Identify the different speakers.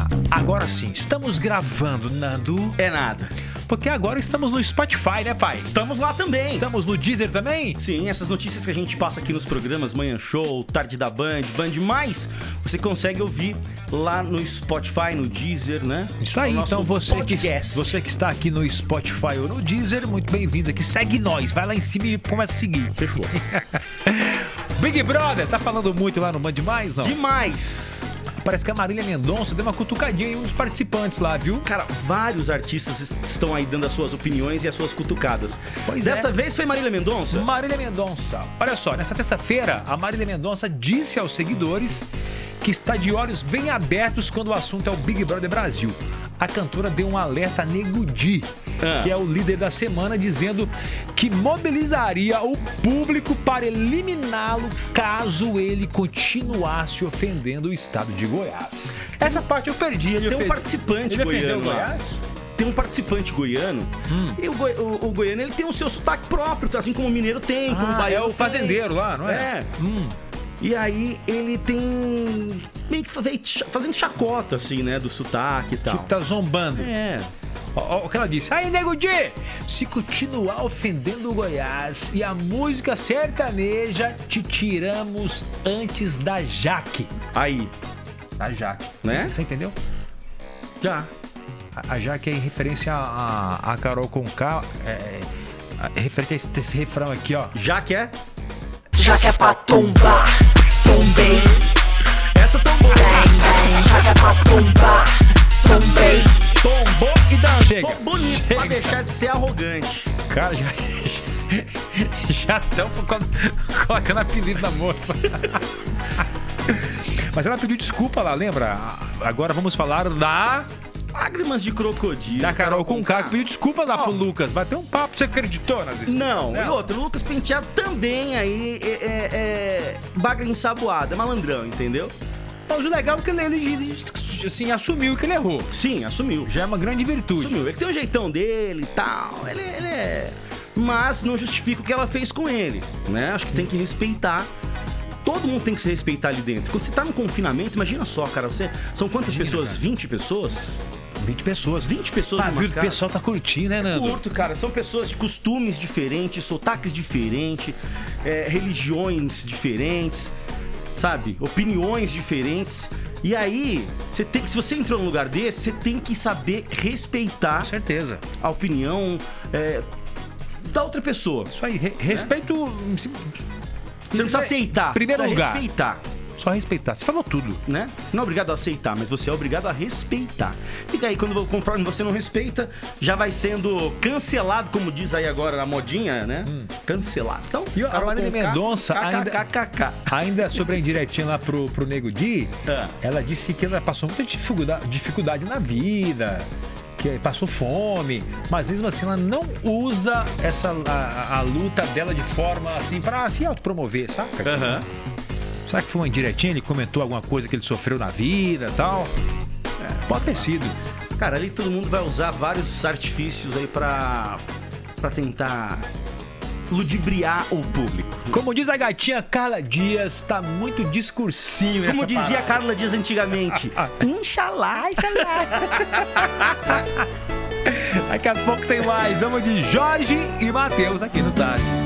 Speaker 1: funciona assim. Estamos gravando, Nando.
Speaker 2: É nada.
Speaker 1: Porque agora estamos no Spotify, né, pai?
Speaker 2: Estamos lá também.
Speaker 1: Estamos no Deezer também?
Speaker 2: Sim, essas notícias que a gente passa aqui nos programas Manhã Show, Tarde da Band, Band Mais, você consegue ouvir lá no Spotify, no Deezer, né?
Speaker 1: Isso aí,
Speaker 2: No nosso
Speaker 1: então você que,
Speaker 2: podcast.
Speaker 1: você que está aqui no Spotify ou no Deezer, muito bem-vindo aqui. Segue nós, vai lá em cima e começa a seguir.
Speaker 2: Fechou.
Speaker 1: então. Big Brother, tá falando muito lá no Band Mais, não?
Speaker 2: Demais.
Speaker 1: Parece que a Marília Mendonça deu uma cutucadinha em uns participantes lá, viu?
Speaker 2: Cara, vários artistas est- estão aí dando as suas opiniões e as suas cutucadas.
Speaker 1: Pois
Speaker 2: Dessa
Speaker 1: é.
Speaker 2: vez foi Marília Mendonça?
Speaker 1: Marília Mendonça. Olha só, nessa terça-feira, a Marília Mendonça disse aos seguidores que está de olhos bem abertos quando o assunto é o Big Brother Brasil. A cantora deu um alerta a Nego Di,
Speaker 2: Ah.
Speaker 1: que é o líder da semana, dizendo que mobilizaria o público para eliminá-lo caso ele continuasse ofendendo o estado de Goiás. Essa parte eu perdi. Ele
Speaker 2: Tem um
Speaker 1: ofende-
Speaker 2: participante
Speaker 1: ele ofendeu
Speaker 2: goiano lá.
Speaker 1: Goiás?
Speaker 2: Tem um participante goiano.
Speaker 1: Hum.
Speaker 2: E o, goi- o- o goiano ele tem o seu sotaque próprio, assim como o mineiro tem, como o
Speaker 1: Ah, é
Speaker 2: baiano
Speaker 1: o
Speaker 2: tem.
Speaker 1: fazendeiro lá, não é?
Speaker 2: É.
Speaker 1: Hum.
Speaker 2: E aí ele tem meio que fazer- fazendo chacota, assim, né? Do sotaque e tal.
Speaker 1: Tipo, tá zombando.
Speaker 2: É.
Speaker 1: Ó, ó, o que ela disse. Aí, Nego Di, se continuar ofendendo o Goiás e a música sertaneja, te tiramos antes da Jaque.
Speaker 2: Aí.
Speaker 1: Da Jaque.
Speaker 2: Né?
Speaker 1: Você entendeu?
Speaker 2: Já.
Speaker 1: A- A Jaque é em referência a, a, a Carol Conká, é, a- referente a esse, esse refrão aqui, ó.
Speaker 2: Já que é?
Speaker 3: Já que é pra tombar, tombei.
Speaker 2: Essa tombou.
Speaker 3: Bang, bang. Já que é pra tombar, tombei.
Speaker 2: Tombou e dançou
Speaker 1: Chega.
Speaker 2: bonito. Pra
Speaker 1: Chega.
Speaker 2: deixar de ser arrogante.
Speaker 1: Cara, já... Já estão colocando apelido na moça. Mas ela pediu desculpa lá, lembra? Agora vamos falar da...
Speaker 2: Lágrimas de crocodilo.
Speaker 1: Da Carol com
Speaker 2: Conká.
Speaker 1: K, que pediu desculpa lá
Speaker 2: Ó.
Speaker 1: pro Lucas. Bateu um papo, você acreditou nas histórias?
Speaker 2: Não,
Speaker 1: dela?
Speaker 2: e outro, Lucas Penteado também aí é, é, é bagra ensaboada, é malandrão, entendeu?
Speaker 1: Mas o legal é que ele, ele, assim, assumiu que ele errou.
Speaker 2: Sim, assumiu.
Speaker 1: Já é uma grande virtude.
Speaker 2: Sumiu. É que tem um jeitão dele e tal. Ele, ele é. Mas não justifica o que ela fez com ele, né? Acho que tem que respeitar. Todo mundo tem que se respeitar ali dentro. Quando você tá no confinamento, imagina só, cara. Você, são quantas pessoas? 20 pessoas?
Speaker 1: 20 pessoas.
Speaker 2: 20 pessoas
Speaker 1: Tá,
Speaker 2: numa
Speaker 1: viu? O
Speaker 2: casa.
Speaker 1: pessoal tá curtindo, né, Nando?
Speaker 2: Curto, cara. São pessoas de costumes diferentes, sotaques diferentes, é, religiões diferentes, sabe? Opiniões diferentes. E aí, você tem, que- se você entrou num lugar desse, você tem que saber respeitar
Speaker 1: Com certeza.
Speaker 2: a opinião é, da outra pessoa.
Speaker 1: Isso aí. re- respeito. se-
Speaker 2: Você não precisa aceitar. você
Speaker 1: é, Primeiro
Speaker 2: precisa
Speaker 1: lugar.
Speaker 2: respeitar,
Speaker 1: Só respeitar. Você falou tudo.
Speaker 2: né? Você não é obrigado a aceitar, mas você é obrigado a respeitar. E daí, quando, conforme você não respeita, já vai sendo cancelado, como diz aí agora na modinha, né? Cancelado. Então,
Speaker 1: Hum. E a
Speaker 2: Carol
Speaker 1: Marília
Speaker 2: Conká,
Speaker 1: Mendonça ainda-
Speaker 2: kkkk.
Speaker 1: Ainda sobre a indiretinha lá pro, pro Nego Di,
Speaker 2: Ah.
Speaker 1: ela disse que ela passou muita dificuldade, dificuldade na vida, que passou fome, mas mesmo assim ela não usa essa a, a luta dela de forma assim pra se autopromover, saca?
Speaker 2: Aham.
Speaker 1: Será que foi uma indiretinha? Ele comentou alguma coisa que ele sofreu na vida e tal? É, Pode ter sido.
Speaker 2: Cara, ali todo mundo vai usar vários artifícios aí pra, pra tentar ludibriar o público.
Speaker 1: Como diz a gatinha Carla Dias, tá muito discursinho
Speaker 2: Como
Speaker 1: essa
Speaker 2: dizia
Speaker 1: parada.
Speaker 2: Carla Dias antigamente, Inxalá,
Speaker 1: Daqui a pouco tem mais. Vamos de Jorge e Matheus aqui no Tarde.